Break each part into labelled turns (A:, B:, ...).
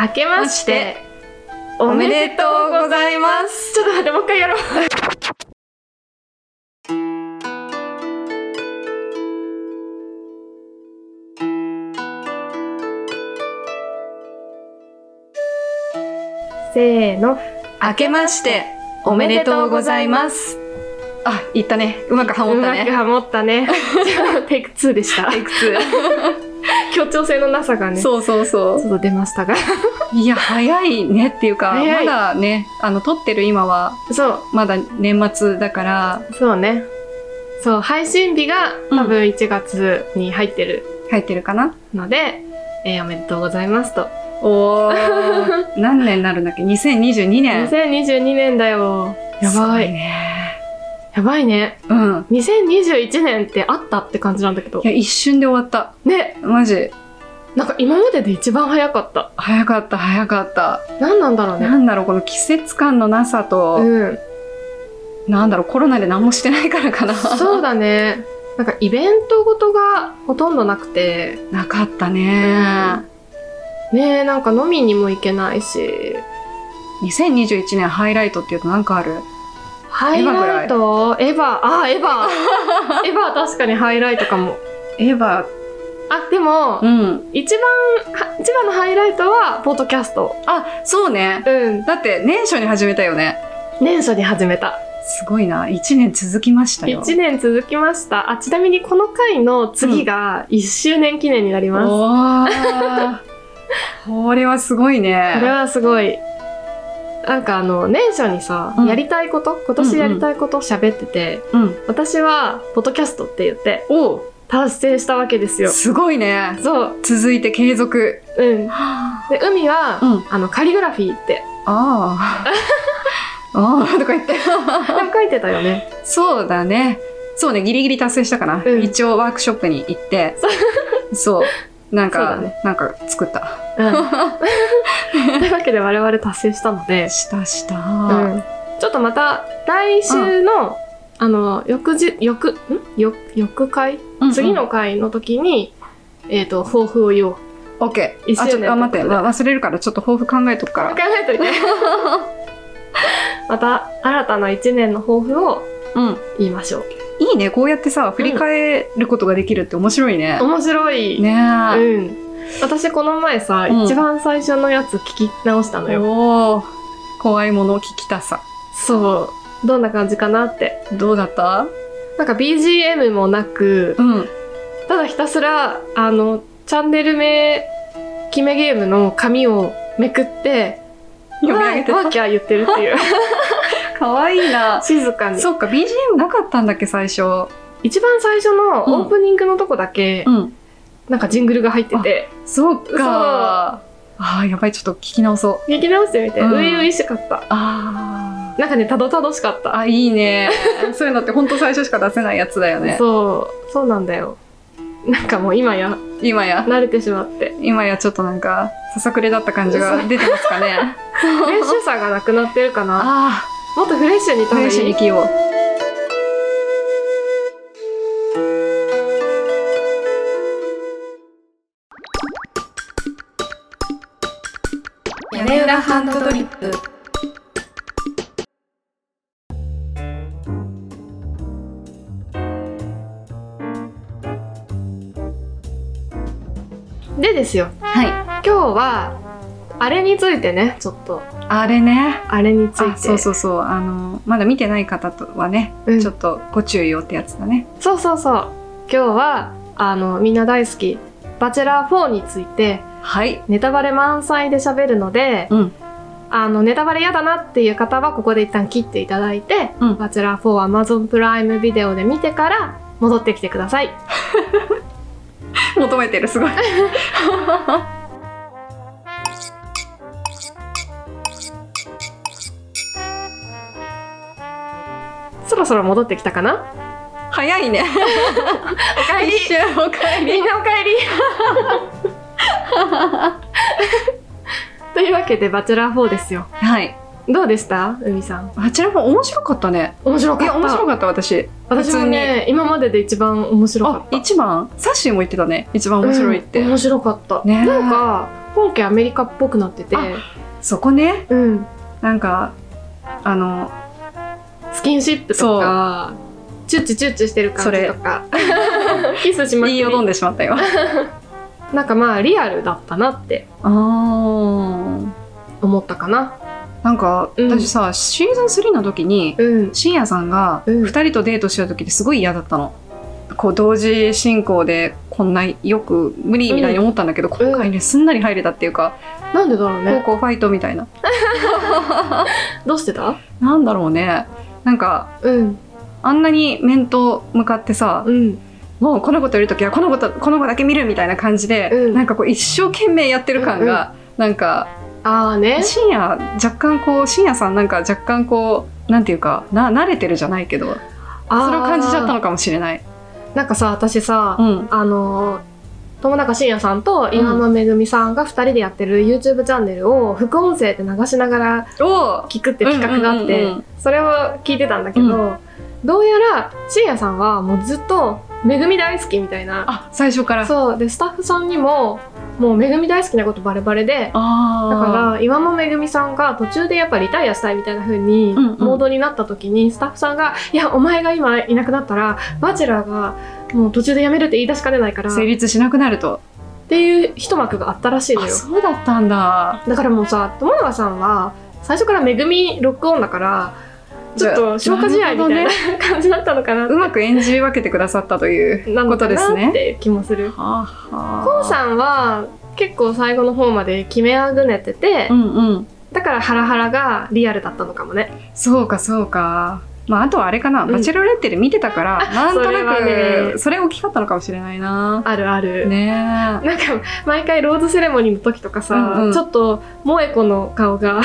A: 明けましてお
B: お
A: め
B: め
A: で
B: で
A: と
B: と
A: う
B: うございます。
A: ちょっと待ってもう一回やろう せーの
B: 明けましておめでとうございます。あ、言ったね。うまくハモ
A: う
B: った
A: まく
B: ね。
A: ハモったね テイク2でした
B: いくつ
A: 協調性のなさがね
B: そうそうそ
A: ちょっと出ましたが
B: う。いや、早いねっていうか、ま
A: 早い
B: だね、あの、撮ってる今は、
A: そう
B: まだ年末だから、
A: そうねそう配信日が多分1月に入ってる
B: 入ってるかな
A: ので、えーおめでとうございますと
B: おー。 何年になるんだっけ ?2022 年。
A: 2022年だよや
B: すご
A: ばい
B: いね。
A: やばいね
B: うん。
A: 2021年ってあったって感じなんだけど
B: いや、一瞬で終わった。
A: ね
B: マジ。
A: なんか今までで一番早かった
B: 早かった、早かった。
A: 何なんだろう
B: な
A: ね
B: んだろう、この季節感のなさと、
A: うん
B: なんだろう、コロナで何もしてないからかな。
A: そうだねなんかイベントごとがほとんどなくて
B: なかったね、
A: ねえなんか飲みにも行けないし
B: 2021年ハイライトっていうとなんかある
A: ハイ
B: ァぐらい
A: ライトエヴァああエヴァ エヴァ確かにハイライトかも
B: エヴァ
A: あでも
B: うん
A: 一番は一番のハイライトはポッドキャスト
B: あそうね
A: うん
B: だって年初に始めたよね
A: 年初に始めた
B: すごいな1年続きましたよ
A: 1年続きましたあちなみにこの回の次が1周年記念になります、こ
B: おーこれはすごいね
A: れはすごいなんかあの年初にさ、
B: うん
A: やりたいこと今年やりたいことを喋ってて、
B: うん
A: 私はポッドキャストって言って
B: お
A: 達成したわけですよ
B: すごいね
A: そう
B: 続いて継続
A: うん
B: あ
A: で海は、
B: うん
A: あのカリグラフィー って
B: あ ああとか言って
A: でも書いてたよね
B: そうだね。そうね、ギリギリ達成したかな。
A: うん
B: 一応ワークショップに 行って、そう。なん
A: そうだ
B: か、
A: ね
B: なんか作った。
A: うん というわけで我々達成したので、
B: したした。
A: うん、ちょっとまた来週の、あの翌日翌ん翌翌回
B: うんうん
A: 次。の回の時に、えっ、と抱負を言おう考
B: オッケ
A: 一
B: ー。
A: 周
B: あ、ちょっ
A: 年
B: と、あ待っ
A: って
B: て、
A: こと
B: わ忘れるから、ちょっと抱負考えとくから。
A: えと いてまた新たな1年の抱負を
B: うん。
A: 言いましょう
B: いいね、こうやってさ、振り返ることができるって面白いね。
A: 面白い、
B: ねえ。
A: うん私この前さ、
B: うん
A: 一番最初のやつ聞き直したのよ
B: おー怖いもの聞きたさ。
A: そうどんな感じかなって
B: どうだった
A: なんか BGM もなく
B: うん。
A: ただひたすらあのチャンネル名決めゲームの紙をめくって
B: 読み上げて
A: わーわー
B: た。
A: きゃー言ってるって いう
B: かわいいな。
A: 静かに
B: そっか、BGM なかったんだっけ、最初。
A: 一番最初の
B: うん
A: オープニングのとこだけ、
B: うん。
A: なんかジングルが入ってて
B: そうか。ああ、やばい、ちょっと聞き直そう。
A: 聞き直してみて
B: うん
A: 初々、しかった
B: あ
A: なんかねたどたどしかった、
B: あ、いいね。 そういうのって本当最初しか出せないやつだよね。
A: そうそうなんだよなんかもう今や
B: 今や、
A: 慣れてしま って
B: 今やちょっとなんか、ささくれだった感じが出てます かね。
A: フレッシュさがなくなってるかな
B: あ
A: もっとフレッシュにい
B: あ、
A: た方がい
B: 大
A: い
B: 使に生きよう。
A: 屋根裏ハンドドリップでですよ
B: はい。
A: 今日はあれについてねちょっと
B: あれね。
A: あれについ
B: あ
A: て
B: そうそうそう。あの、まだ見てない方とはね、
A: うん
B: ちょっとご注意をってやつだね。
A: そうそうそう今日はあのみんな大好き「バチェラー4」について
B: はい。
A: ネタバレ満載で喋るので、
B: うん
A: あのネタバレ嫌だなっていう方はここで一旦切っていただいて「
B: うん
A: バチェラー4」は Amazon プライムビデオで見てから戻ってきてください。
B: 求めてる、す ごい。
A: そろそろ戻ってきたかな
B: 早いね。
A: おかえ
B: 一
A: り
B: 瞬おかえり。
A: みんなおかえりというわけで「バチェラー4」ですよ。
B: はい。
A: どうでした海さん。
B: あちらも面白かったね。
A: 面白
B: いや、面白かった、私。
A: 私もね今までで一番面白か
B: あ
A: っ、た
B: 一番サッシーも言ってたね。一番面白いって。
A: うん面白かった、
B: ねえ
A: なんか本家アメリカっぽくなってて、
B: あそこね
A: うん、
B: なんかあの
A: スキンシップとかチュッチュチュッチュしてる感じとか キスしまく
B: 言いよどん
A: り
B: でしま ったよあ
A: なんかまあリアルだったなって
B: ー
A: 思ったかな
B: なんか
A: うん
B: 私さ、シーズン3の時に
A: うん
B: 深夜さんが
A: うん
B: 2人とデートしてた時ってすごい嫌だったの、こう同時進行でこんなよく無理みたいに思ったんだけど、今回ねすんなり入れたっていうか、
A: なんでだろう
B: 高
A: ね
B: 校ファイトみたいな
A: どうしてた
B: なんだろうねなんか
A: うん
B: あんなに面と向かってさ、
A: うん
B: もうこの子といる時はこの子とこの子だけ見るみたいな感じで、
A: うん
B: なんかこう一生懸命やってる感が、なんか
A: ああね
B: 深夜若干こう深夜さんなんか若干こうなんていうかな慣れてるじゃないけどそれ
A: あー
B: を感じちゃったのかもしれない。
A: なんかさ私さ、
B: うん、
A: あのー友中伸也さんと岩間めぐみさんが2人でやってる YouTube チャンネルを副音声で流しながら
B: お
A: 聞くって企画があって、
B: うんうんうん
A: それを聞いてたんだけど、
B: う
A: どうやら伸也さんはもうずっと「めぐみ大好き」みたいな
B: あ最初から
A: そうでスタッフさんにももうめぐみ大好きなことバレバレで
B: あ
A: だ
B: ー
A: から岩間めぐみさんが途中でやっぱリタイアしたいみたいな風に
B: うんうん
A: モードになった時にスタッフさんが「いやお前が今いなくなったらバチェラーがもう途中で辞めるって言い出しかねないから」
B: 成立しなくなると
A: っていう一幕があったらしいの
B: あ
A: よ
B: そうだったんだ
A: だからもうさ友永さんは最初からめぐみロックオンだからちょっと
B: じゃ
A: 消化
B: あ
A: 試合みたい
B: なる
A: な
B: ほ
A: 感じだったのかな
B: どねうまく演じ分けてくださったという
A: な
B: こ
A: の
B: と
A: か
B: で
A: な
B: す
A: っ
B: ね。
A: て気もする
B: はあ
A: コ
B: は
A: ウさんは結構最後の方まで決めあぐねてて、
B: うんうん
A: だからハラハラがリアルだったのかもね
B: そうかそうか。まああとはあれかな、
A: うん
B: バチェロレッテで見てたから、なんと
A: それ
B: な
A: は
B: く
A: ね
B: それ大きかったのかもしれないな。
A: あるある、
B: ねえ。
A: なんか毎回ローズセレモニーの時とかさ、
B: うんうん
A: ちょっと萌え子の顔が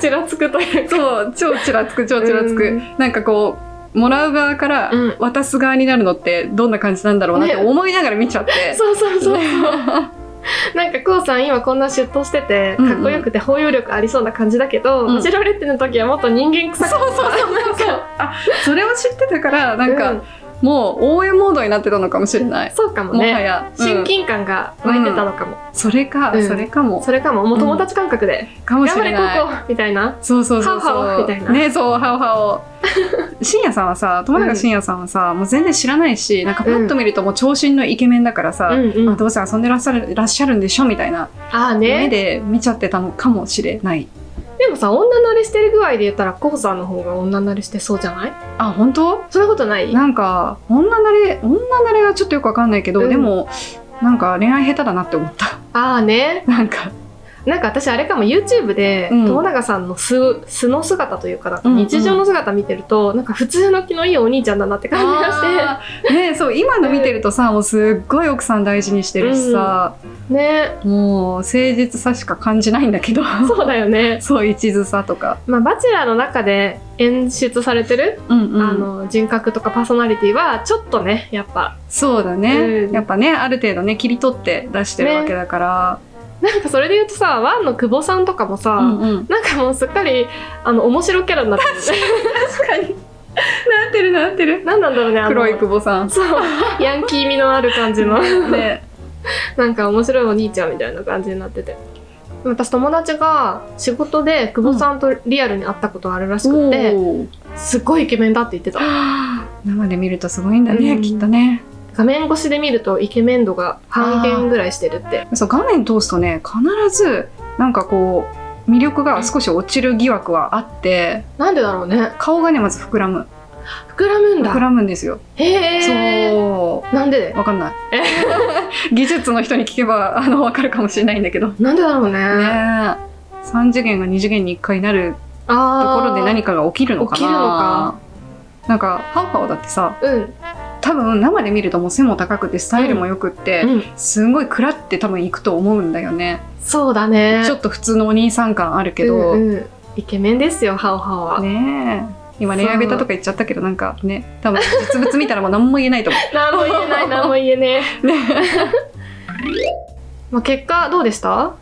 A: ちらつくというか
B: そう超ちらつく超ちらつく、
A: うん
B: なんかこうもらう側から
A: うん
B: 渡す側になるのってどんな感じなんだろうなって
A: ね
B: 思いながら見ちゃって。
A: そうそうそうそう。 なんかこうさん今こんなシュッとしてて
B: うんうん
A: かっこよくて包容力ありそうな感じだけど、
B: うん
A: バチェロレッテの時はもっと人間臭く
B: そうそうそう
A: なん か
B: あそれを知ってたからなんか、
A: うん
B: もう応援モードになってたのかもしれない。
A: そうかも
B: もは
A: ね
B: や、うん
A: 親近感が湧いてたのかも、
B: それか、
A: うん
B: それかも
A: それかももう友達感覚で、
B: かもし
A: 頑張
B: れ
A: れ
B: ない。
A: 高校みたいな
B: そうそうそうそう。
A: ハオハオみたいな
B: ね、そう、ハオ ハオ。深夜さんはさ、友永深夜さんはさ、もう全然知らないし、なんかパッと見るともう長身のイケメンだからさ、
A: うんうん
B: あどうせ遊んでらっしゃるらっしゃるんでしょみたいな、
A: ああ
B: 目
A: ね
B: で見ちゃってたのかもしれない。
A: でもさ女慣れしてる具合で言ったらこうさんの方が女慣れしてそうじゃない
B: あ、本当
A: そんなことない
B: なんか、女慣れ、女慣れはちょっとよくわかんないけど、
A: うん
B: でも、なんか恋愛下手だなって思った。
A: ああね
B: なんか、
A: なんか私あれかも YouTube で
B: うん
A: 友永さんの素素の姿というかなんか
B: うんうん
A: 日常の姿見てると、なんか普通の気のいいお兄ちゃんだなって感じがして
B: て。ねそう、今の見てるとさ、もうすっごい奥さん大事にしてるしさ、
A: ね
B: もう誠実さしか感じないんだけど。
A: そうだよね、
B: そう一途さとか、
A: まあ、バチェラーの中で演出されてる、あの人格とかパーソナリティはちょっとねやっぱ
B: そうだね、
A: うん
B: やっぱねある程度ね切り取って出してるわけだから、
A: なんかそれで言うとさワンの久保さんとかもさ、
B: うんうん
A: なんかもうすっかりあの面白キャラになってるね
B: 確かになってるなってる
A: 何なんだろうねあの
B: 黒い久保さん
A: そうヤンキー味のある感じの
B: ね
A: なんか面白いお兄ちゃんみたいな感じになってて私友達が仕事で久保さんとリアルに会ったことあるらしくて、
B: おー
A: すっごいイケメンだって言ってた
B: 生で見るとすごいんだね、
A: うん
B: きっとね
A: 画面越しで見るとイケメン度が半減ぐらいしてるって
B: そう画面通すとね必ずなんかこう魅力が少し落ちる疑惑はあって
A: なんでだろうね
B: 顔がねまず膨らむ
A: 膨らむんだ
B: 膨らむんですよ、
A: へえ
B: そ
A: なんで
B: うわかん ない技術の人に聞けばあのわかるかもしれないんだけど
A: なんでだろうね
B: ねえ3次元が2次元に1回なると
A: あ
B: ころで何
A: か
B: かが起きるのかな
A: 起きるのか
B: なんかハオハオだってさ
A: うん
B: 多分生で見るともう背も高くてスタイルもよくって、
A: うん
B: すんごいくらって多分いくと思うんだよね、
A: そうだね
B: ちょ
A: と
B: っと普通のお兄さん感あるけど、
A: うんうんイケメンですよハオハオは、
B: ねえ今恋愛ベタとか言っちゃったけどなんかね多分実物見たらもう何も言えないと思
A: 何も言えない何も言えねえ
B: うね
A: まあ結果どうでした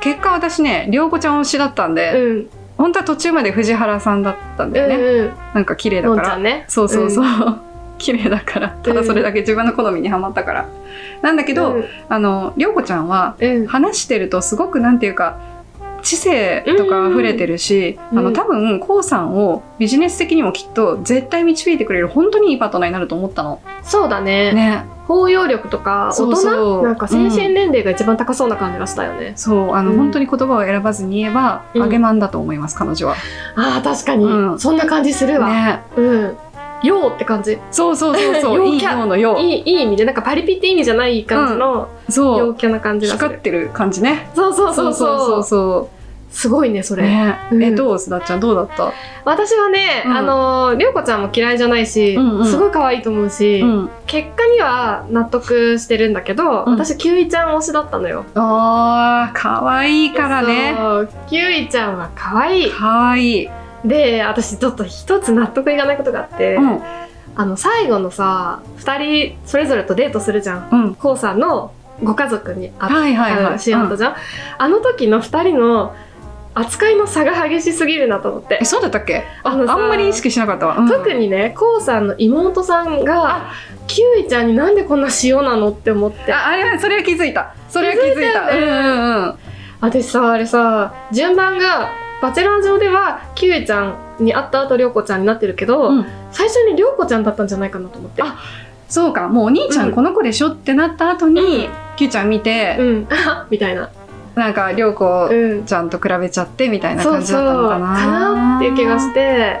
B: 結果私ね涼子ちゃん推しだったん
A: う
B: で、
A: ん
B: 本当は途中まで藤原さんだったんだよね、
A: うん
B: なんか綺麗
A: うんの
B: だか
A: んちゃ
B: ら
A: んね
B: そうそうそう、 綺麗だからただそれだけ自分の好みにはまったから、なんだけど、
A: うん
B: あの涼子ちゃんは
A: うん
B: 話してるとすごくなんていうか知性とか溢れてるし、
A: うん
B: あ
A: う
B: の
A: ん
B: 多分こうさんをビジネス的にもきっと絶対導いてくれる本当にいいパートナーになると思ったの。
A: そうだね
B: ね、
A: 包容力とか大人
B: そうそう
A: なんか精神年齢が一番高そうな感じがしたよね、
B: そうあの、
A: うん
B: 本当に言葉を選ばずに言えば、
A: うん
B: あげまんだと思います彼女は。
A: ああ確かに、
B: うん
A: そんな感じするわ、
B: ね、
A: うんようって感じ
B: そうそうそうそう
A: 陽
B: いい
A: キャ
B: ようのよ
A: いいいい意味でなんかパリピって意味じゃない感じの
B: うそ
A: 陽
B: う
A: キャな感じがす
B: 光
A: る
B: っ、てる感じね。
A: そうそうそうそう
B: そうそ
A: すごいねそうれ、
B: ね、
A: うん
B: えどうすだっちゃんどうだった？
A: 私はね、
B: うん
A: あの涼子ちゃんも嫌いじゃないし、
B: うんうん
A: すごい可愛いと思うし、
B: うん、
A: 結果には納得してるんだけど、
B: うん
A: 私キュウイちゃん推しだったのよ
B: ああ可愛いからね。
A: そうキュウイちゃんは可愛い
B: 可愛い。
A: で私ちょっと一つ納得いかないことがあって、
B: うん
A: あの最後のさ2人それぞれとデートするじゃん
B: うん。
A: こうさんのご家族に会っ
B: はいはい
A: あ
B: は
A: の
B: い。
A: シーンあったじゃん、あの時の2人の扱いの差が激しすぎるなと思って
B: え、そうだったっけあ
A: あのさ
B: あんまり意識しなかったわ、うん
A: 特にねこうさんの妹さんがキウイちゃんになんでこんな塩なのって思って
B: ああれはそれは気づいたそれは気づいた
A: 気づいたよね
B: うんうんうん
A: 私さあれさ順番がバチェラー上ではキウイちゃんに会った後涼子ちゃんになってるけど、
B: うん
A: 最初に涼子ちゃんだったんじゃないかなと思って
B: あそうかもうお兄ちゃ
A: うんん
B: この子でしょってなった後に、キュちゃん見て、
A: うんみたいな
B: なんか涼子
A: うん
B: ちゃんと比べちゃってみたいな
A: そう
B: 感じ
A: そう
B: だった
A: か
B: のかな
A: なっていう気がして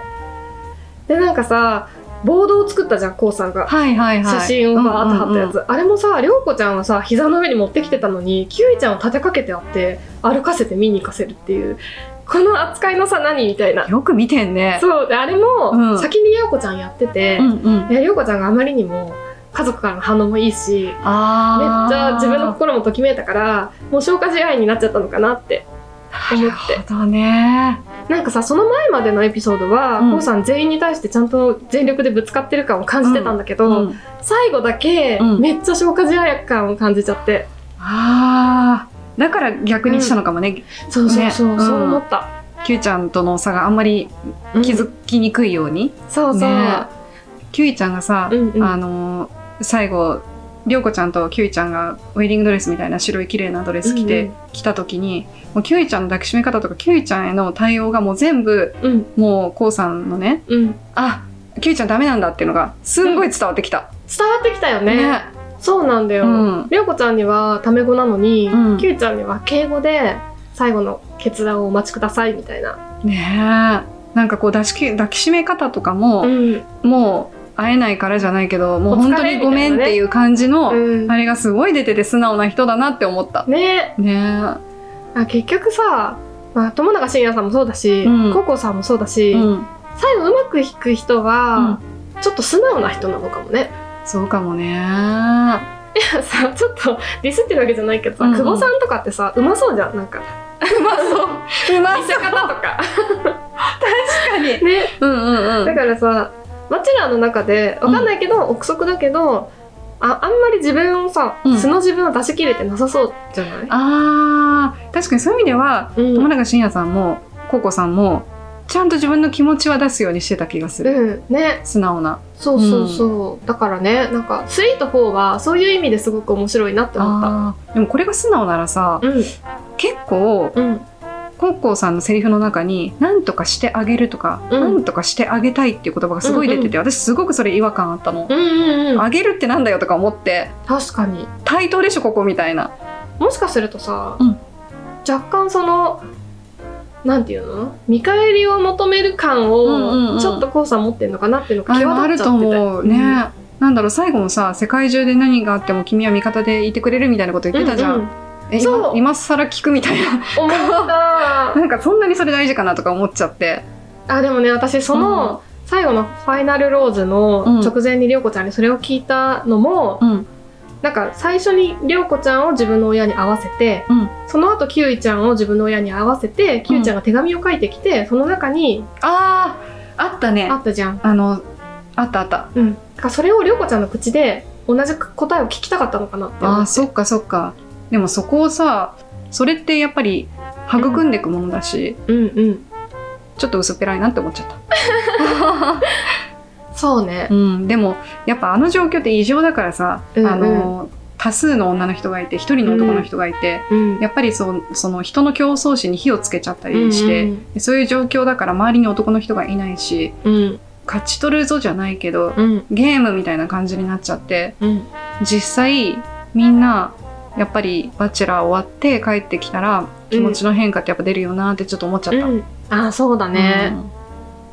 A: でなんかさボードを作ったじゃんこうさんが
B: はいはいはい
A: 写真をバーって貼ったやつ、
B: うんうんうん
A: あれもさ涼子ちゃんはさ膝の上に持ってきてたのにキウイちゃんを立てかけてあって歩かせて見に行かせるっていうこの扱いのさ何みたいな
B: よく見てんね
A: そうであれ
B: う
A: も
B: ん
A: 先に涼子ちゃんやってて、
B: んうん
A: で涼子ちゃんがあまりにも家族からの反応もいいしめっち
B: あー
A: ゃ自分の心もときめいたからもう消化試合になっちゃったのかなって思って
B: なるほどね
A: なんかさその前までのエピソードは、
B: うん
A: こうさん全員に対してちゃんと全力でぶつかってる感を感じてたんだけど、
B: うん
A: 最後だけ
B: うん
A: めっちゃ消化試合感を感じちゃって、
B: あーだから逆にしたのかもね、
A: そうそうそう、
B: ね
A: そう思った、
B: キュちゃんとの差があんまり気
A: く
B: づきにくいように、
A: そうそう、
B: ねキュウイちゃんがさ、
A: うんうん
B: あのー最後涼子ちゃんとキュウイちゃんがウェディングドレスみたいな白い綺麗なドレス着
A: う
B: て、
A: んうん
B: 着た時にもうキュウイちゃんの抱きしめ方とかキュウイちゃんへの対応がもう全部
A: うん
B: もうこうさんのね
A: うん
B: あキュウイちゃんダメなんだっていうのがすんごい伝わってきた、
A: 伝わってきたよねそうなんだよ、
B: うん
A: りょうこちゃんにはタメ語なのに、
B: うん
A: きゅうちゃんには敬語で最後の決断をお待ちくださいみたいな、
B: ねえなんかこう抱き抱きしめ方とか
A: う
B: も、
A: ん
B: もう会えないからじゃないけどもう
A: お疲れ
B: 本当にごめんっていう感じの、
A: うん
B: あれがすごい出てて素直な人だなって思った。
A: ね
B: ね
A: あ結局さ、まあ、友永信也さんもそうだし、
B: うん
A: ココさんもそうだ
B: え
A: し、
B: うん
A: 最後うまく弾く人は、ちょっと素直な人なのかもね
B: そうかもね。
A: さちょっとディスってるわけじゃないけどさ、
B: うんうん
A: 久保さんとかってさうまそうじゃんなんか
B: うまそう。うま
A: 見せ方とか
B: かに。
A: ね
B: うんうんう
A: だ
B: ん。
A: からさバチェラーの中でわかんないけど、憶測だけどああんまり自分をさ、
B: うん
A: 素の自分を出し切れてなさそうじゃない
B: ああ、確かにそういう意味では、
A: うん
B: 友永信也さんも、ココさんも、ちゃんと自分の気持ちは出すようにしてた気がする。
A: うんね
B: 素直な。
A: そうそうそう、だからねなんかスイート4はそういう意味ですごく面白いなって思った
B: あーでもこれが素直ならさ、
A: うん
B: 結構、
A: うん
B: コッコーさんのセリフの中に、なんとかしてあげるとか、
A: うん
B: なんとかしてあげたいっていう言葉がすごい出てて、私すごくそれ違和感あったの。
A: うんうんうん
B: あげるってなんだよとか思って、
A: 確かに
B: 対等でしょ、ここみたいな。
A: もしかするとさ、
B: うん
A: 若干そのなんていうの見返りを求める感
B: うんうんう
A: を
B: ん
A: ちょっと黄さん持ってるのかなっていうのが
B: あでも
A: 際
B: あ
A: 立っ
B: る
A: ちゃ
B: と
A: ってて
B: 思うね、なんだろう最後もさ世界中で何があっても君は味方でいてくれるみたいなこと言ってたじゃん、
A: うう
B: え
A: そ
B: 今
A: う
B: 今更聞くみたいな
A: 思った
B: なんかそんなにそれ大事かなとか思っちゃって
A: あでもね私その最後の「ファイナルローズ」の直前に涼子ちゃんにそれを聞いたのも、
B: うん、うん
A: なんか最初に涼子ちゃんを自分の親に会わせて、
B: うん
A: その後キウイちゃんを自分の親に会わせてキウイちゃんが手紙を書いてきて、その中に
B: あーあったね
A: あ
B: あ
A: ったじゃん。
B: のあったあった
A: うん、だからそれを涼子ちゃんの口で同じ答えを聞きたかったのかなって
B: あ
A: 思っ
B: ー
A: て
B: そっかそっかでもそこをさそれってやっぱり育んでいくものだし、
A: うんうん
B: ちょっと薄っぺらいなって思っちゃった
A: そうね
B: う。ん、でもやっぱあの状況って異常だからさ、
A: うんうん
B: あの多数の女の人がいて一人の男の人がいて、
A: うん。
B: やっぱりそうその人の競争心に火をつけちゃったりして、
A: うん
B: そういう状況だから周りに男の人がいないし
A: うん。
B: 勝ち取るぞじゃないけど、
A: うん。
B: ゲームみたいな感じになっちゃって
A: うん。
B: 実際みんなやっぱりバチェラー終わって帰ってきたら気持ちの変化ってやっぱ出るよなってちょっと思っちゃった。
A: うんあー、そうだね。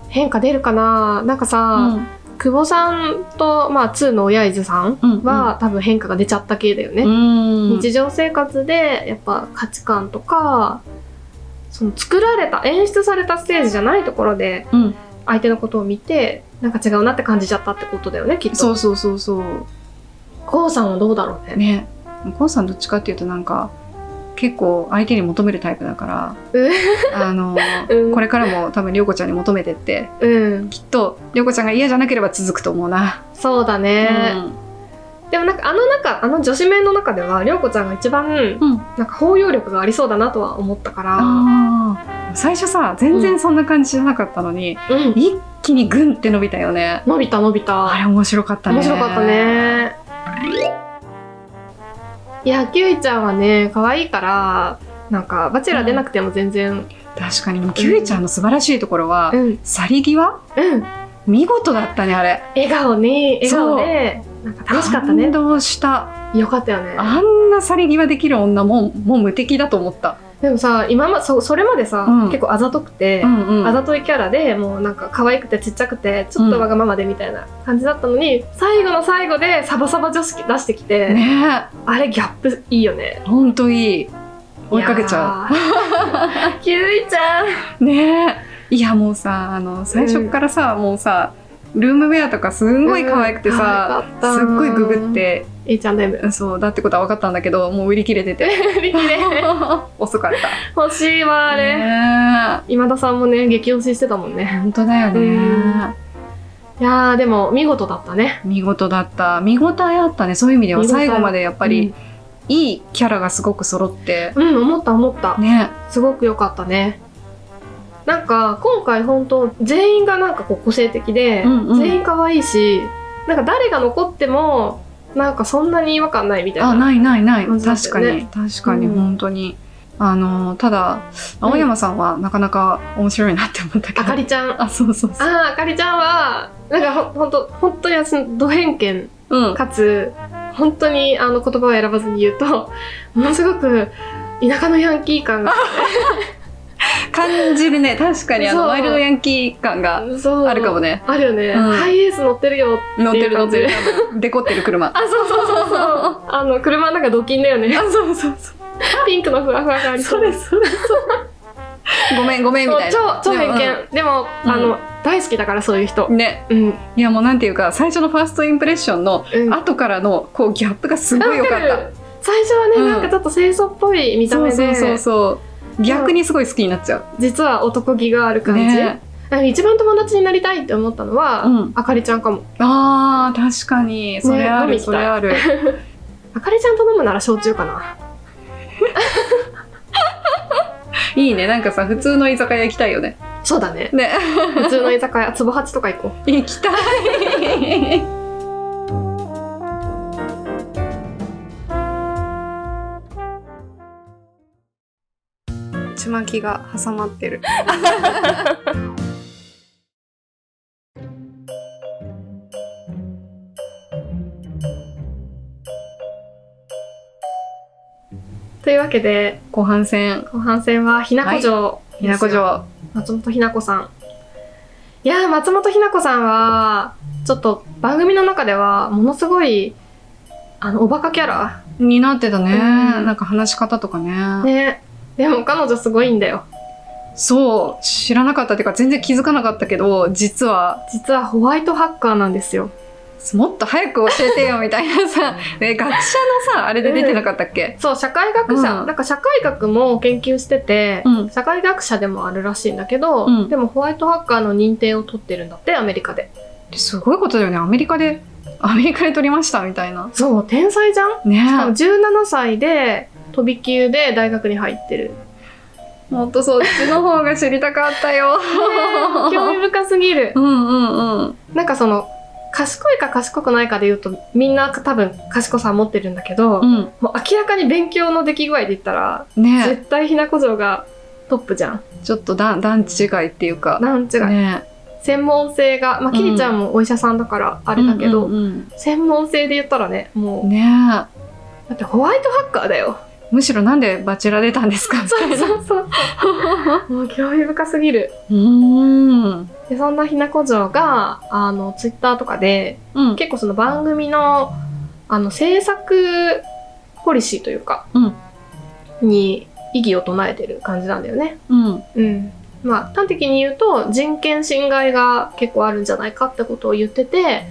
A: 変化出るかななんか
B: うん
A: さ、久保さんと、まあ、2の親伊豆さん
B: うん
A: は、多分変化が出ちゃった系だよね。
B: うん
A: 日常生活でやっぱ価値観とかその作られた演出されたステージじゃないところで
B: うん
A: 相手のことを見てなんか違うなって感じちゃったってことだよねきっと
B: そうそうそうそう
A: こうさんはどうだろうね
B: ねコンさんどっちかっていうとなんか結構相手に求めるタイプだから
A: う
B: あの、
A: うん
B: これからも多分涼子ちゃんに求めてって
A: うん
B: きっと涼子ちゃんが嫌じゃなければ続くと思うな、
A: そうだね、でもなんかあの中あの女子面の中では涼子ちゃんが一番
B: うん、うん、
A: なんか包容力がありそうだなとは思ったから
B: あー最初さ全然そんな感じじゃなかったのに、
A: うん
B: 一気にグンって伸びたよね
A: 伸びた伸びた
B: あれ面白かったね
A: 面白かったねいやキウイちゃんはね可愛いからなんかバチェラー出なくても全然
B: 確かにもうキュウイちゃんの素晴らしいところは、
A: うん
B: 去り際
A: うん
B: 見事だったねあれ
A: 笑顔ね笑顔でなんか楽しかったね
B: 感動した
A: よかったよね
B: あんな去り際できる女ももう無敵だと思った。
A: でもさ今まそそれまでさ、
B: うん
A: 結構あざとくて、
B: んう
A: あざといキャラでもうなんか可愛くてちっちゃくてちょっとわがままでみたいな感じだったのに、最後の最後でサバサバ女子出してきて、
B: ね
A: あれギャップいいよね
B: え、ほんといい。追いかけちゃ
A: うキウイちゃん
B: う。ねえ。いやもうさ、あの、最初からさ、もうさ、ルームウェアとかすんごい可愛くてさ、
A: うん可愛
B: す
A: か
B: っ
A: った
B: ごいググって、
A: いいちゃんだよ ね
B: そうだってことは分かったんだけど、もう売り切れ てて。
A: 売り切れ
B: 遅かっ
A: 欲しいわ
B: た。
A: あれ、
B: ね
A: 今田さんもね激推ししてたもん
B: え。
A: ね
B: ほんとだよね。
A: いやーでも見事だったね
B: 見事だった。見応えあったね。そういう意味では
A: 見応え
B: 最後までやっぱり、いいキャラがすごく揃って。
A: うん、うん思った思った
B: ね
A: すごく良かったねなんか今回本当全員がなんかこう個性的で、
B: うんうん
A: 全員可愛いしなんか誰が残ってもなんかそんなに違和感ないみたいな
B: あないないない
A: 感じだっ
B: 確
A: た
B: か
A: よ
B: に
A: ね
B: 確かに
A: うん
B: 本当に、あのただ
A: うん
B: 青山さんはなかなか面白いなって思ったけど、
A: あかりちゃんあ
B: あそうそうそう
A: ーあかりちゃんはなんかほほんと本当に私のド偏見
B: うん
A: かつ本当にあの言葉を選ばずに言うと ものすごく田舎のヤンキー感が
B: 感じるね確かにあ
A: そ
B: の
A: う
B: ワイルドヤンキー感が
A: そう
B: あるかもね
A: あるよね、
B: うん
A: ハイエース乗ってるよ
B: 乗ってる乗
A: 感
B: っ
A: じ
B: てるデコってる車
A: あそうそうそうそうあの車の中ドキンだよ ね
B: そうそうそう
A: ピンクのふわふわがありそう
B: そうですそうですごめんごめんみ
A: そう
B: たいな
A: 超超偏見でも、
B: うん
A: あの大好きだからそういう人
B: うんね
A: うん
B: いやもうなんていうか最初のファーストインプレッションの
A: うん
B: 後からのこうギャップがすごい良かっ
A: わ
B: た
A: る最初はね、
B: うん
A: なんかちょっと清楚っぽい見た
B: そう
A: 目で
B: そうそうそう逆にすごい好きになっちゃ
A: 実は男気がある
B: う
A: 感じ、
B: ね
A: なんか一番友達になりたいって思ったのは、
B: うん
A: あかりちゃんかも
B: あー確かにそれある、
A: 飲み行きたい
B: それある
A: あかりちゃんと飲むなら焼酎かない
B: いねなんかさ普通の居酒屋行きたいよね
A: そうだね
B: ね
A: 普通の居酒屋つぼ八とか行こう
B: 行きたい ちまきが挟まってる
A: というわけで
B: 後半戦
A: 後半戦はひなこ城
B: ひなこ城
A: 松本ひな子さんいやー松本ひな子さんはちょっと番組の中ではものすごいあのおバカキャラ
B: になってたね、
A: うん
B: なんか話し方とかね
A: ねでも彼女すごいんだよ
B: そう知らなかったっていうか全然気づかなかったけど実は
A: 実はホワイトハッカーなんですよ
B: もっと早く教えてよみたいなさ、ね、学者のさあれで出てなかったっけ、
A: そう社会学者、
B: うん
A: なんか社会学も研究してて、
B: うん
A: 社会学者でもあるらしいんだけど、
B: うん
A: でもホワイトハッカーの認定を取ってるんだってアメリカです
B: ごいことだよねアメリカでアメリカで撮りましたみたいな
A: そう天才じゃん
B: ね
A: しかも17歳で飛び級で大学に入って る
B: もっとそっちの方が知りたかったよ
A: 興味深すぎる
B: うんうんうん
A: なんかその賢いか賢くないかで言うとみんな多分賢さ持ってるんだけど、
B: うん
A: もう明らかに勉強の出来具合で言ったら、
B: ね
A: 絶対ひなこ城がトップじゃん。
B: ちょっとだ段違いっていうか
A: なん違い、
B: ね
A: 専門性が、まあ、
B: うん
A: きりちゃんもお医者さんだからあ
B: あ
A: れだけど、
B: うんうん
A: 専門性で言ったらね、も
B: うん
A: う、
B: ね
A: だってホワイトハッカーだよ。
B: むしろなんでバチェラ出たんですかみたい
A: そうそ
B: な
A: うそう。もう興味深すぎる。
B: うーん
A: で、そんなひなこ城が、あの、ツイッターとかで、
B: うん
A: 結構その番組の、あの、制作ポリシーというか、
B: うん
A: に意義を唱えてる感じなんだよね。
B: うん
A: うん、まあ端的に言うと人権侵害が結構あるんじゃないかってことを言ってて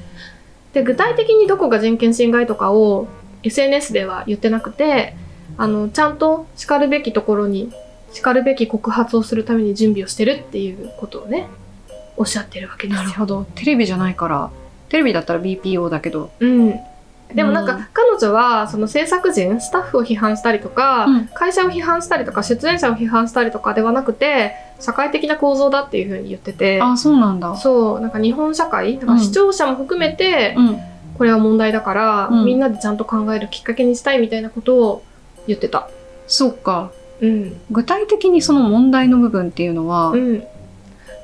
A: で具体的にどこが人権侵害とかを SNS では言ってなくてあのちゃんとしかるべきところにしかるべき告発をするために準備をしてるっていうことをねおっしゃってるわけです
B: な
A: よ
B: る。ほどテレビじゃないからテレビだったら BPO だけど
A: うんでもなんか、
B: うん
A: 彼女はその制作陣スタッフを批判したりとか、
B: うん
A: 会社を批判したりとか出演者を批判したりとかではなくて社会的な構造だっていうふうに言ってて
B: あそうなんだ
A: そうなんか日本社会なん
B: う
A: か
B: ん
A: 視聴者も含めて
B: うん
A: これは問題だから、
B: うん
A: みんなでちゃんと考えるきっかけにしたいみたいなことを言ってた。
B: そうか
A: うん
B: 具体的にその問題の部分っていうのは、
A: うん、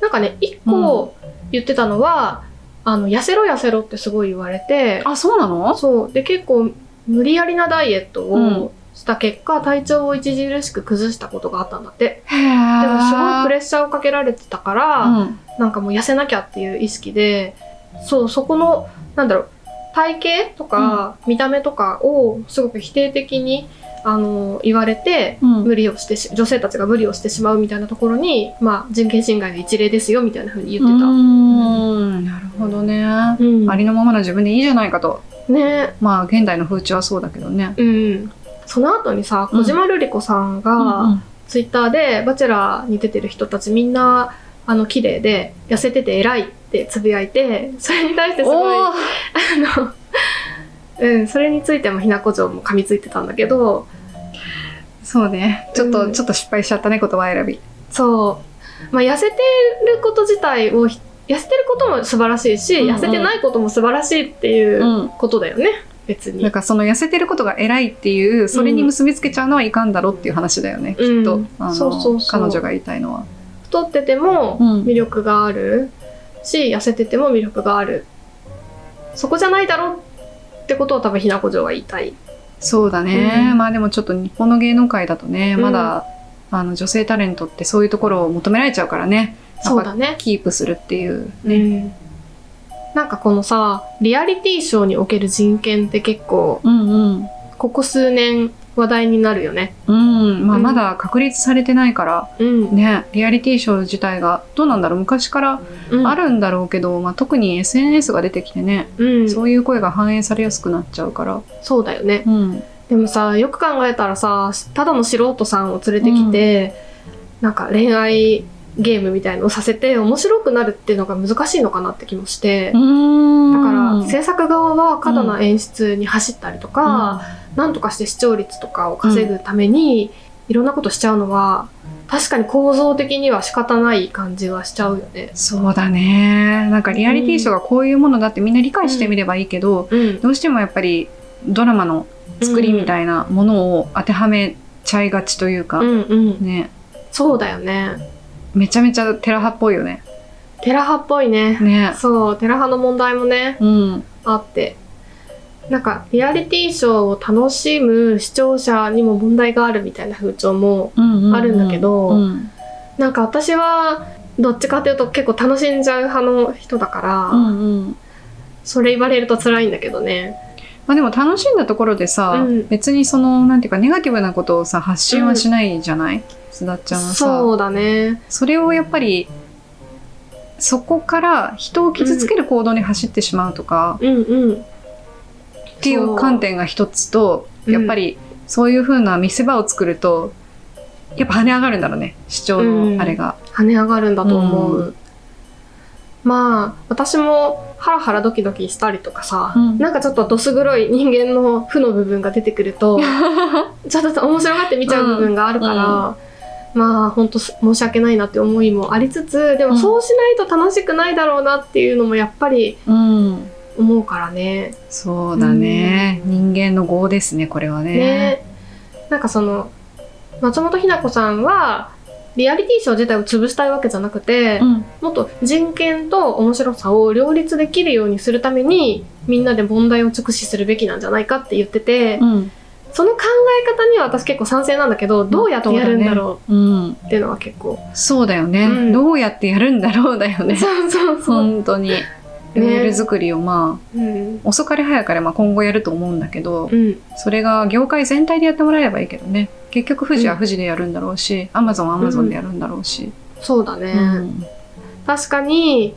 A: なんかね一個言ってたのは「あの痩せろ痩せろ」ってすごい言われて
B: あそうなの
A: そうで結構無理やりなダイエット
B: うん
A: をした結果、体調を著しく崩したことがあったんだって
B: へえ
A: でもすごいプレッシャーをかけられてたから、
B: うん
A: なんかもう痩せなきゃっていう意識でそうそこのなんだろう体型とか見た目とかをすごく否定的にあの言われて
B: うん
A: 無理をしてし女性たちが無理をしてしまうみたいなところに、まあ、人権侵害の一例ですよみたいな風に言って
B: うー
A: た。
B: んなるほどね、
A: うん、
B: ありのままの自分でいいじゃないかと
A: ね
B: まあ現代の風潮はそうだけどね
A: うんその後にさ
B: うん
A: 小島瑠璃子さん
B: うんう
A: が
B: ん
A: ツイッターで「バチェラー」に出てる人たちみんなあの綺麗で痩せてて偉いってつぶやいてそれに対してすごい
B: おー
A: あの、 うん、それについてもひなこ城も噛みついてたんだけど、
B: そうねちょっと、
A: うん
B: ちょっと失敗しちゃったね言葉選び
A: そう、まあ、痩せてること自体をひ、痩せてることも素晴らしいし、
B: うんうん
A: 痩せてないことも素晴らしいっていううんことだよね、別
B: なん
A: に。
B: かその痩せてることが偉いっていうそれに結びつけちゃうのはいかんだろうっていう話だよね、
A: うん
B: きっと、
A: うん
B: あの
A: そうそうそう
B: 彼女が言いたいのは
A: 太ってても
B: うん
A: 魅力があるし、痩せてても魅力がある。そこじゃないだろうってことを多分ひなこ城は言いたい。
B: そうだね、
A: うん
B: まあでもちょっと日本の芸能界だとね
A: うん
B: まだ、あの女性タレントってそういうところを求められちゃうからね
A: そうだね。
B: キープするっていう
A: う
B: ね、
A: んなんかこのさ、リアリティショーにおける人権って結構、
B: うん、うん
A: ここ数年話題になるよね。
B: うんまあ、
A: うん
B: まだ確立されてないから、
A: うん、
B: ねリアリティショー自体がどうなんだろう昔から
A: うん
B: あ、るんだろうけど、まあ、特に SNS が出てきてね、
A: うん、そ
B: そういう声が反映されやすくなっちゃうから、
A: うだよね
B: うん、
A: でもさよく考えたらさただの素人さんを連れてきて、なんか恋愛ゲームみたいのをさせて面白くなるっていうのが難しいのかなって気もして、だから制作側は過度な演出に走ったりとか、なんとかして視聴率とかを稼ぐために、いろんなことしちゃうのは確かに構造的には仕方ない感じはしちゃうよね。
B: そうだねなんかリアリティショーがこういうものだってみんな理解してみればいいけど、
A: うん、
B: どうしてもやっぱりドラマの作りみたいなものを当てはめちゃいがちというか、
A: うんうん、
B: ね
A: そうだよね。
B: めちゃめちゃテラ派っぽいよね。
A: テラ派っぽいね。
B: ね
A: そう、テラ派の問題もね、
B: うん、
A: あって。なんか、リアリティショーを楽しむ視聴者にも問題があるみたいな風潮も、
B: うんうう
A: あるんだけど
B: うん
A: なんか私は、どっちかっていうと結構楽しんじゃう派の人だから、
B: うんうん
A: それ言われると辛いんだけどね。
B: まあ、でも楽しんだところでさ、
A: うん
B: 別にそのなんていうかネガティブなことをさ発信はしないじゃない、すだっちゃんはさ
A: そうだね。
B: それをやっぱりそこから人を傷つける行動に走ってしまうとか、
A: うんうん。
B: っていう観点が一つと
A: うん
B: やっぱりそういう風な見せ場を作るとやっぱ跳ね上がるんだろうね主張のあれが。
A: 跳ね上がるんだと思う。
B: う
A: まあ、私もハラハラドキドキしたりとかさ、
B: うん
A: なんかちょっとどす黒い人間の負の部分が出てくる と、ちょっと面白がって見ちゃう部分があるから、まあ、ほんと申し訳ないなって思いもありつつ、で
B: う
A: も
B: ん
A: そうしないと楽しくないだろうなっていうのもやっぱり
B: うん
A: う思うからね。
B: そうだね、人間の業ですねこれはね
A: ねなんかその松本ひな子さんはリアリティショー自体を潰したいわけじゃなくて、
B: うん
A: もっと人権と面白さを両立できるようにするためにみんなで問題を直視するべきなんじゃないかって言ってて、
B: うん
A: その考え方には私結構賛成なんだけどどうやってやるんだろ
B: うん
A: うっていうのは結構、
B: そうだよね、
A: うん
B: どうやってやるんだろうだよね
A: そうそうそう、
B: 本当にルール作りをまあ
A: うん
B: 遅かれ早かれまあ今後やると思うんだけど
A: うん
B: それが業界全体でやってもらえればいいけどね結局富士は富士でやるんだろうし、アマゾンはアマゾンでやるんだろうし、
A: そうだね、
B: うん
A: 確かに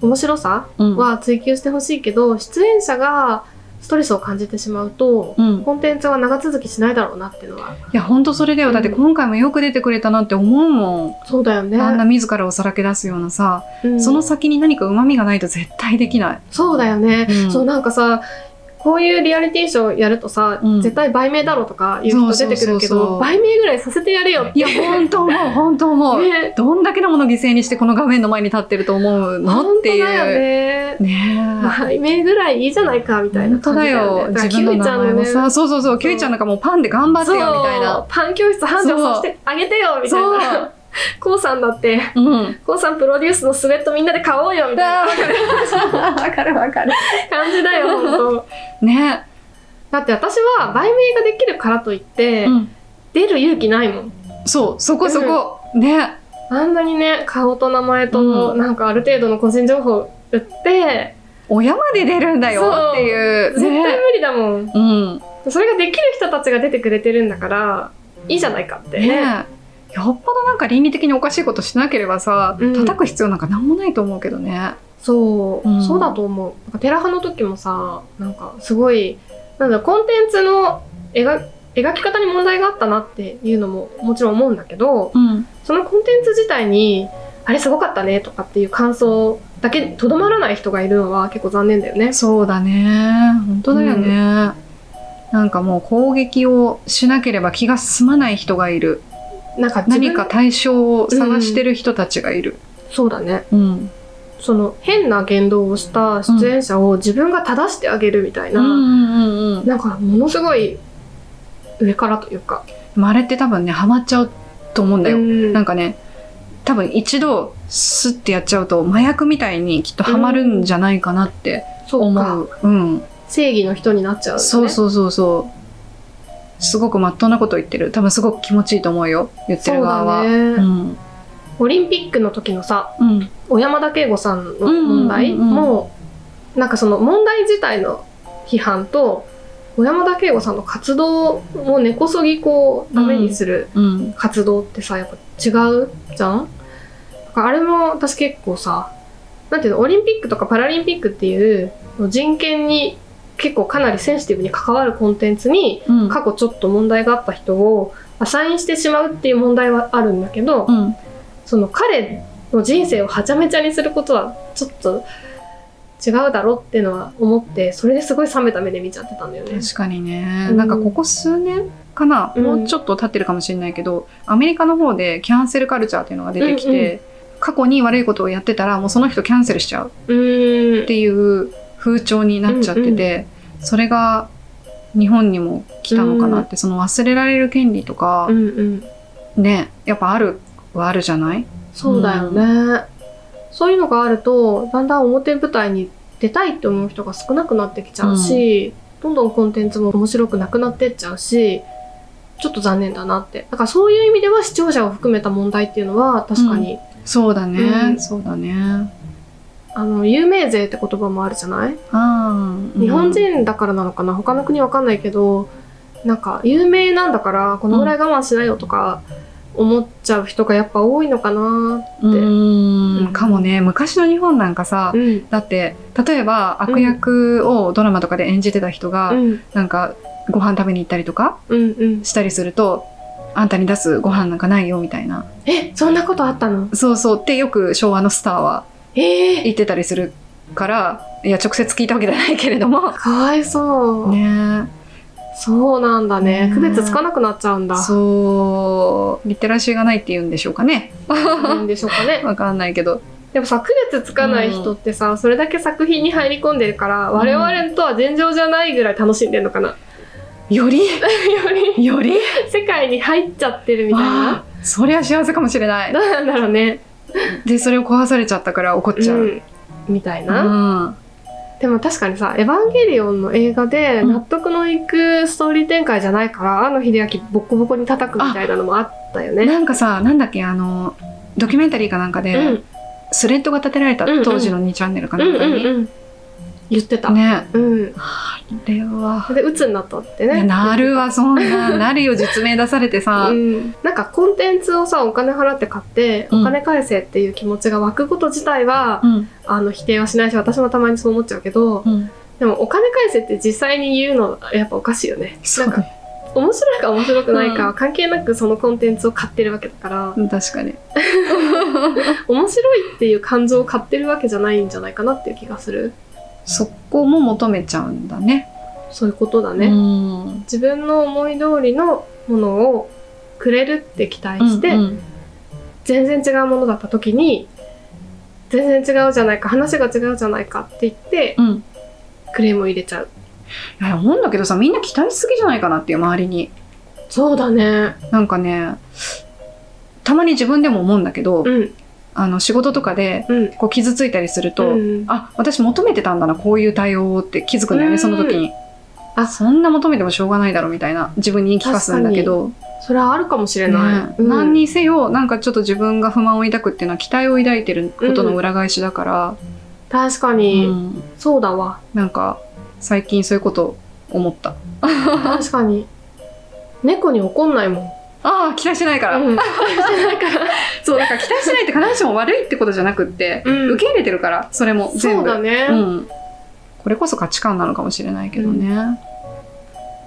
A: 面白さ
B: うん
A: は追求してほしいけど出演者がストレスを感じてしまうと、
B: うん、い
A: コンテンツは長続きしないだろうなっていうのは
B: やほんとそれだよだって今回もよく出てくれたなって思うもん
A: そうだよね
B: あんな自らをさらけ出すようなさ、
A: うん
B: その先に何か旨味がないと絶対できない。
A: そうだよね、
B: うん
A: そうなんかさこういうリアリティショーやるとさ、
B: うん
A: 絶対売名だろうとかいう人出てくるけ
B: そうそうそうそ
A: ど
B: う
A: 売名ぐらいさせてやれよって
B: いや本 当思う本当思う、
A: ね
B: どんだけのものを犠牲にしてこの画面の前に立ってると思
A: 本
B: うのっ
A: 当だ
B: ていう。
A: よね
B: ねえ
A: 売名ぐらいいいじゃないかみたいな
B: 本当
A: 感じ
B: だ
A: だよ
B: よ。
A: ね
B: 自分の名前も
A: だからキュウリちゃんの
B: さ、
A: ね
B: そうそうそう、キュウリちゃんなんかもうパンで頑張ってよみたい
A: そ
B: な
A: う。パン教室繁盛させてあげてよみたい
B: そ
A: なこうさんだって
B: うん。
A: こうさんプロデュースのスウェットみんなで買おうよみたいな
B: わかるわかる。
A: 感じだよ本当
B: ね。
A: だって私は売名ができるからといって、
B: うん
A: 出る勇気ないもん
B: そう、そこそこ。ね。
A: あんなにね顔と名前と、
B: う
A: なんかある程度の個人情報売って
B: 親まで出るんだよっていう。
A: 絶対
B: ね。
A: 無理だもん、
B: うん。
A: それができる人たちが出てくれてるんだからいいじゃないかって
B: ね。よっぽどなんか倫理的におかしいことしなければさ、
A: うん
B: 叩く必要なんかなんもないと思うけどね。
A: そう、
B: うん
A: そうだと思うなんかテラハの時もさなんかすごいなんだコンテンツの描描き方に問題があったなっていうのももちろん思うんだけど
B: うん。
A: そのコンテンツ自体にあれすごかったねとかっていう感想だけにとどまらない人がいるのは結構残念だよね。
B: そうだね。本当だよね。なんかもう攻撃をしなければ気が済まない人がいる。
A: なんか自分
B: 何か対象を探してる人たちがいる。
A: そうだね
B: うん。
A: その変な言動をした出演者を自分が正してあげるみたいな、
B: うんうんうん。
A: なんかものすごい上からというか。
B: まあ、あれって多分ね、ハマっちゃうと思うんだよ。
A: うん
B: なんかね、多分一度スッてやっちゃうと麻薬みたいにきっとハマるんじゃないかなって
A: そう
B: 思
A: か
B: う。うん。
A: 正義の人になっちゃう、ね、
B: そうそうそうそう。すごくまっとうなこと言ってる。多分すごく気持ちいいと思うよ。言ってる側は。
A: そうだね
B: ん。
A: オリンピックの時のさ
B: うん。
A: 小山田圭吾さんの問題
B: うんうんうんうん
A: もなんかその問題自体の批判と小山田圭吾さんの活動を根こそぎこうダメにする
B: うん。
A: 活動ってさやっぱ違うじゃんだからあれも私結構さなんていうのオリンピックとかパラリンピックっていう人権に結構かなりセンシティブに関わるコンテンツに
B: うん。
A: 過去ちょっと問題があった人をアサインしてしまうっていう問題はあるんだけど、
B: うん。
A: その彼の人生をはちゃめちゃにすることはちょっと違うだろうっていうのは思ってそれですごい冷めた目で見ちゃってたんだよね。
B: 確かにね、
A: うん
B: なんかここ数年かな、
A: うん
B: もうちょっと経ってるかもしれないけどアメリカの方でキャンセルカルチャーっていうのが出てきて、
A: う
B: 過去に悪いことをやってたらもうその人キャンセルしちゃう
A: うーん
B: っていう風潮になっちゃってて、それが日本にも来たのかなって、その忘れられる権利とか
A: う、んうん
B: ねやっぱあるはあるじゃない
A: そうだよね、そういうのがあるとだんだん表舞台に出たいって思う人が少なくなってきちゃうし、どんどんコンテンツも面白くなくなってっちゃうしちょっと残念だなってだからそういう意味では視聴者を含めた問題っていうのは確かに、
B: そうだね、
A: うん
B: そうだね
A: あの有名税って言葉もあるじゃない
B: あー
A: 日本人だからなのかな他の国わかんないけどなんか有名なんだからこのぐらい我慢しないよとか思っちゃう人がやっぱ多いのかな
B: うん
A: うん
B: かもね昔の日本なんかさ、
A: うん
B: だって例えば悪役をドラマとかで演じてた人が、
A: うん
B: なんかご飯食べに行ったりとか
A: うんうん
B: したりするとあんたに出すご飯なんかないよみたいな
A: えそんなことあったの
B: そうそうってよく昭和のスターは
A: ええ
B: 言ってたりするからいや直接聞いたわけじゃないけれども
A: かわいそう、
B: ね
A: そうなんだね
B: ね
A: 区別つかなくなっちゃうんだ
B: そうリテラシーがないって言うんでしょうかね
A: いいんでしょうかね
B: わかんないけど
A: でもさ区別つかない人ってさ、それだけ作品に入り込んでるから我々とは尋常じゃないぐらい楽しんでるの かな、
B: より
A: より
B: より
A: 世界に入っちゃってるみたいな
B: あーそりゃ幸せかもしれない
A: どうなんだろうね
B: でそれを壊されちゃったから怒っちゃう、うん
A: ん、みたいな、でも確かにさ「エヴァンゲリオン」の映画で
B: うん
A: 納得のいくストーリー展開じゃないから、あの野秀明ボッコボコに叩くみたいなのもあったよね。
B: なんかさなんだっけあのドキュメンタリーかなんかで、
A: うん
B: スレッドが立てられた
A: うんうん
B: 当時の2チャンネルか
A: う
B: なん
A: ん
B: か
A: うん
B: に、
A: うん言ってた。
B: ね
A: うん、
B: あれは、
A: で鬱になったって
B: いや
A: ね。
B: なるわそんななるよ実名出されてさ、
A: うん、なんかコンテンツをさお金払って買って
B: うん
A: お金返せっていう気持ちが湧くこと自体は、
B: うん
A: あの否定はしないし私もたまにそう思っちゃうけど
B: うん、
A: でもお金返せって実際に言うのやっぱおかしいよね。
B: そう
A: なんか
B: ね
A: 面白いか面白くないか
B: う
A: は関係なくそのコンテンツを買ってるわけだから、
B: 確かに
A: 面白いっていう感情を買ってるわけじゃないんじゃないかなっていう気がする
B: そこも求めちゃうんだね
A: そういうことだね、
B: うん
A: 自分の思い通りのものをくれるって期待して、
B: うんうん
A: 全然違うものだった時に全然違うじゃないか話が違うじゃないかって言って
B: うん
A: クレームを入れちゃう
B: いや思うんだけどさみんな期待しすぎじゃないかなっていう周りに
A: そうだね
B: なんかねたまに自分でも思うんだけど、
A: うん
B: あの仕事とかで
A: うん
B: こう傷ついたりすると、
A: うん
B: あ私求めてたんだなこういう対応をって気づくんだよ
A: う
B: ね
A: ん
B: その時に
A: あ
B: そんな求めてもしょうがないだろうみたいな自分に言い聞かすんだけど、
A: それはあるかもしれ
B: ね
A: ない、うん
B: 何にせよなんかちょっと自分が不満を抱くっていうのは期待を抱いてることの裏返しだから、
A: 確か
B: う
A: に、
B: ん
A: そうだわ
B: なんか最近そういうこと思った
A: 確かに猫に怒んないもん、
B: ああ期待してないから、
A: うん、 してないから
B: そうだから期待しないって必ずしも悪いってことじゃなくって、
A: うん
B: 受け入れてるからそれも
A: そ
B: 全
A: う
B: 部
A: だね、
B: うん、これこそ価値観なのかもしれないけどね、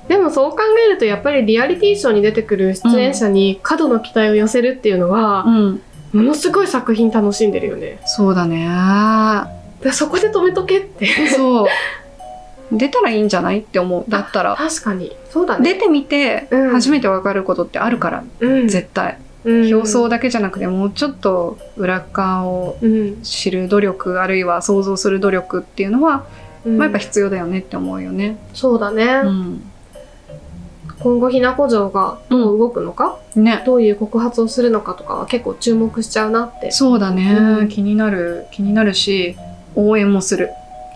A: でもそう考えるとやっぱりリアリティショーに出てくる出演者に過度の期待を寄せるっていうのは、
B: うん、
A: ものすごい作品楽しんでるよね。
B: そうだね
A: だからそこで止めとけって。
B: そう出たらいいんじゃないって思うだったら
A: 確かに。そうだ
B: 出
A: ね。
B: てみて
A: うん
B: 初めて分かることってあるから、
A: うん
B: 絶対、
A: うん
B: 表層だけじゃなくてもうちょっと裏側を
A: うん。
B: 知る努力あるいは想像する努力っていうのは、
A: うん
B: まあ、やっぱ必要だよねって思うよね、
A: そうだね。
B: うん
A: 今後、ひなこ城がどう動くのか、
B: ね
A: どういう告発をするのかとかは結構注目しちゃうなって。
B: そうだね、
A: うん
B: 気になる気になるし応援もする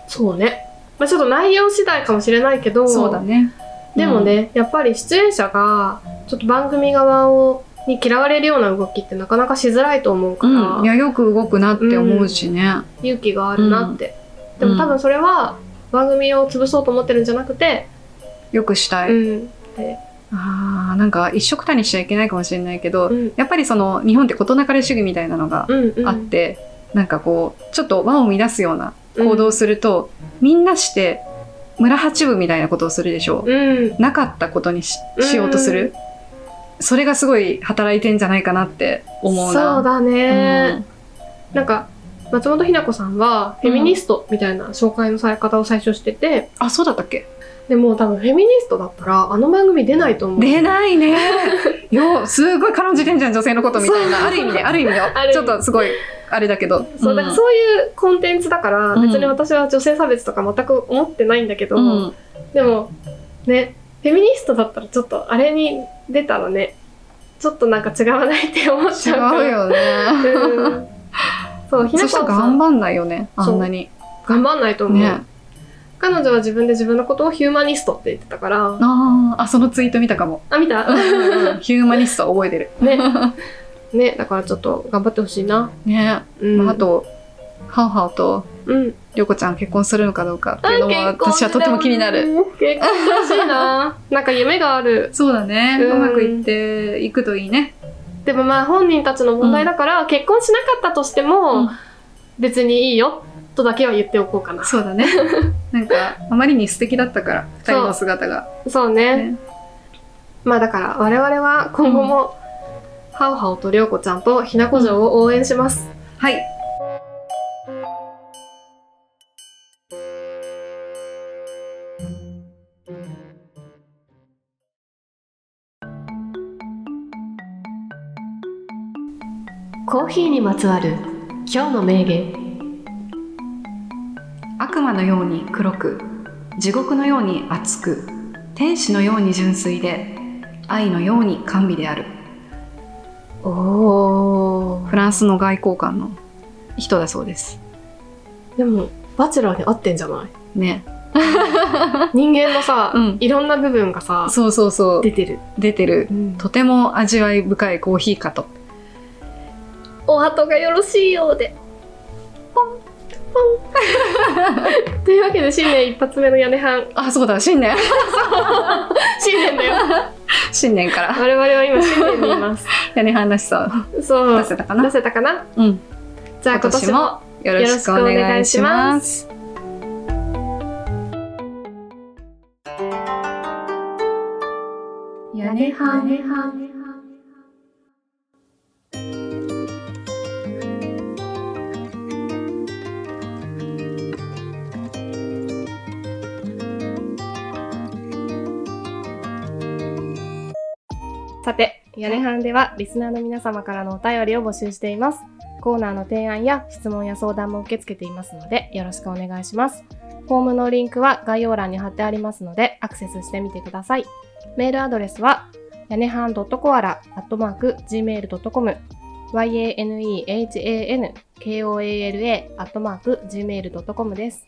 A: そうね。まあ、ちょっと内容次第かもしれないけど、
B: そうだね
A: でも、ね、やっぱり出演者がちょっと番組側をに嫌われるような動きってなかなかしづらいと思うか
B: う
A: ら、
B: んうんいやよく動くなって思うしね、
A: 勇気があるなって、
B: ん
A: でも多分それは番組を潰そうと思ってるんじゃなくて、
B: よくしたい、
A: うん
B: あーなんか一緒くたにしちゃいけないかもしれないけど、
A: うん
B: やっぱりその日本って事なかれ主義みたいなのが
A: うんうん、
B: あって、なんかこうちょっと和を乱すような行動をすると、みんなして村八分みたいなことをするでしょう、
A: うん
B: なかったことにししようとする、それがすごい働いてんじゃないかなって思うな
A: そうだね、
B: ね、
A: なんか松本ひな子さんはフェミニストみたいな紹介のされ方を最初してて、
B: あそうだったっけ
A: でも多分フェミニストだったらあの番組出ないと思う
B: 出な いねよすごい軽んじてんじゃん女性のことみたい
A: そ
B: な
A: う
B: ある意味である意味で
A: ある意味
B: ちょっとすごいあれだけど
A: そうだからそういうコンテンツだから、
B: うん
A: 別に私は女性差別とか全く思ってないんだけど、
B: うん
A: でもねフェミニストだったらちょっとあれに出たらねちょっとなんか違わないって思っちゃ
B: 違
A: うから
B: うよね。
A: うんそう、ひな
B: そ
A: こ
B: した
A: さ
B: ら
A: ん
B: 頑
A: 頑
B: 張んないよね、あんなに。
A: 張んないと思う、
B: ね。
A: 彼女は自分で自分のことをヒューマニストって言ってたから、
B: あーあ、そのツイート見たかも。
A: あ、見た
B: ヒューマニストは覚えてる。
A: ね。ね、だからちょっと頑張ってほしいな。
B: ね。
A: うん。
B: まあ、あと、ハオハオと
A: うん。
B: りょうこちゃん結婚するのかどうかっていうのは
A: あ結婚
B: 私はとても気になる。。
A: 結婚してほしい な。なんか夢がある。
B: そうだね。
A: う
B: うんまくいっていくといいね。
A: でもまあ本人たちの問題だから、結婚しなかったとしても、
B: うん
A: 別にいいよ、とだけは言っておこうかな。
B: そ うだね。なんか、あまりに素敵だったから、二人の姿が。
A: そうね。
B: ね
A: まあだから我々は今後も、ハオハオとりょうこちゃんとひなこ城を応援します。
B: はい。
A: コーヒーにまつわる
C: 今日の名言
B: 悪魔のように黒く地獄のように熱く天使のように純粋で愛のように甘美である
C: おお
B: フランスの外交官の人だそうです
C: でもバチェラーに合ってんじゃない
B: ね
C: 人間のさ、
B: うん
C: いろんな部分がさ
B: そうそうそう
C: 出てる、
B: 出てるとても味わい深いコーヒーかと
C: お後がよろしいようでポンポン というわけで新年一発目の屋根半
B: あそうだ新年
C: 新年だ よ
B: 新年から
C: 我々は今新年にいます
B: 屋根話さ
C: そう
B: 出せたかな
C: 出せたかな
B: うん
C: じゃあ今年も
B: よろしくお願いします屋根はねはね
A: さて、屋根班ではリスナーの皆様からのお便りを募集しています。コーナーの提案や質問や相談も受け付けていますので、よろしくお願いします。フォームのリンクは概要欄に貼ってありますので、アクセスしてみてください。メールアドレスは、屋根班 .koala.gmail.com yanehankoala.gmail.com です。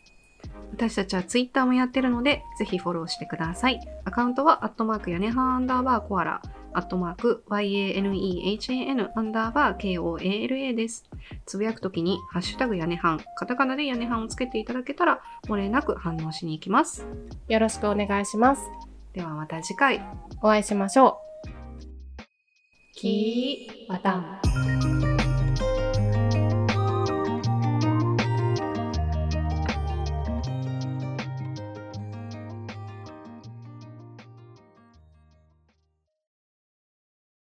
B: 私たちはツイッターもやってるので、ぜひフォローしてください。アカウントは、アットマーク屋根ハンアンダーバーコアラ、アットマーク YANEHAN アンダーバー KOALA です。つぶやくときに、ハッシュタグ屋根ハン、カタカナで屋根ハンをつけていただけたら、漏れなく反応しに行きます。
A: よろしくお願いします。
B: ではまた次回。
A: お会いしましょう。
B: キー
A: ワタン。
B: 「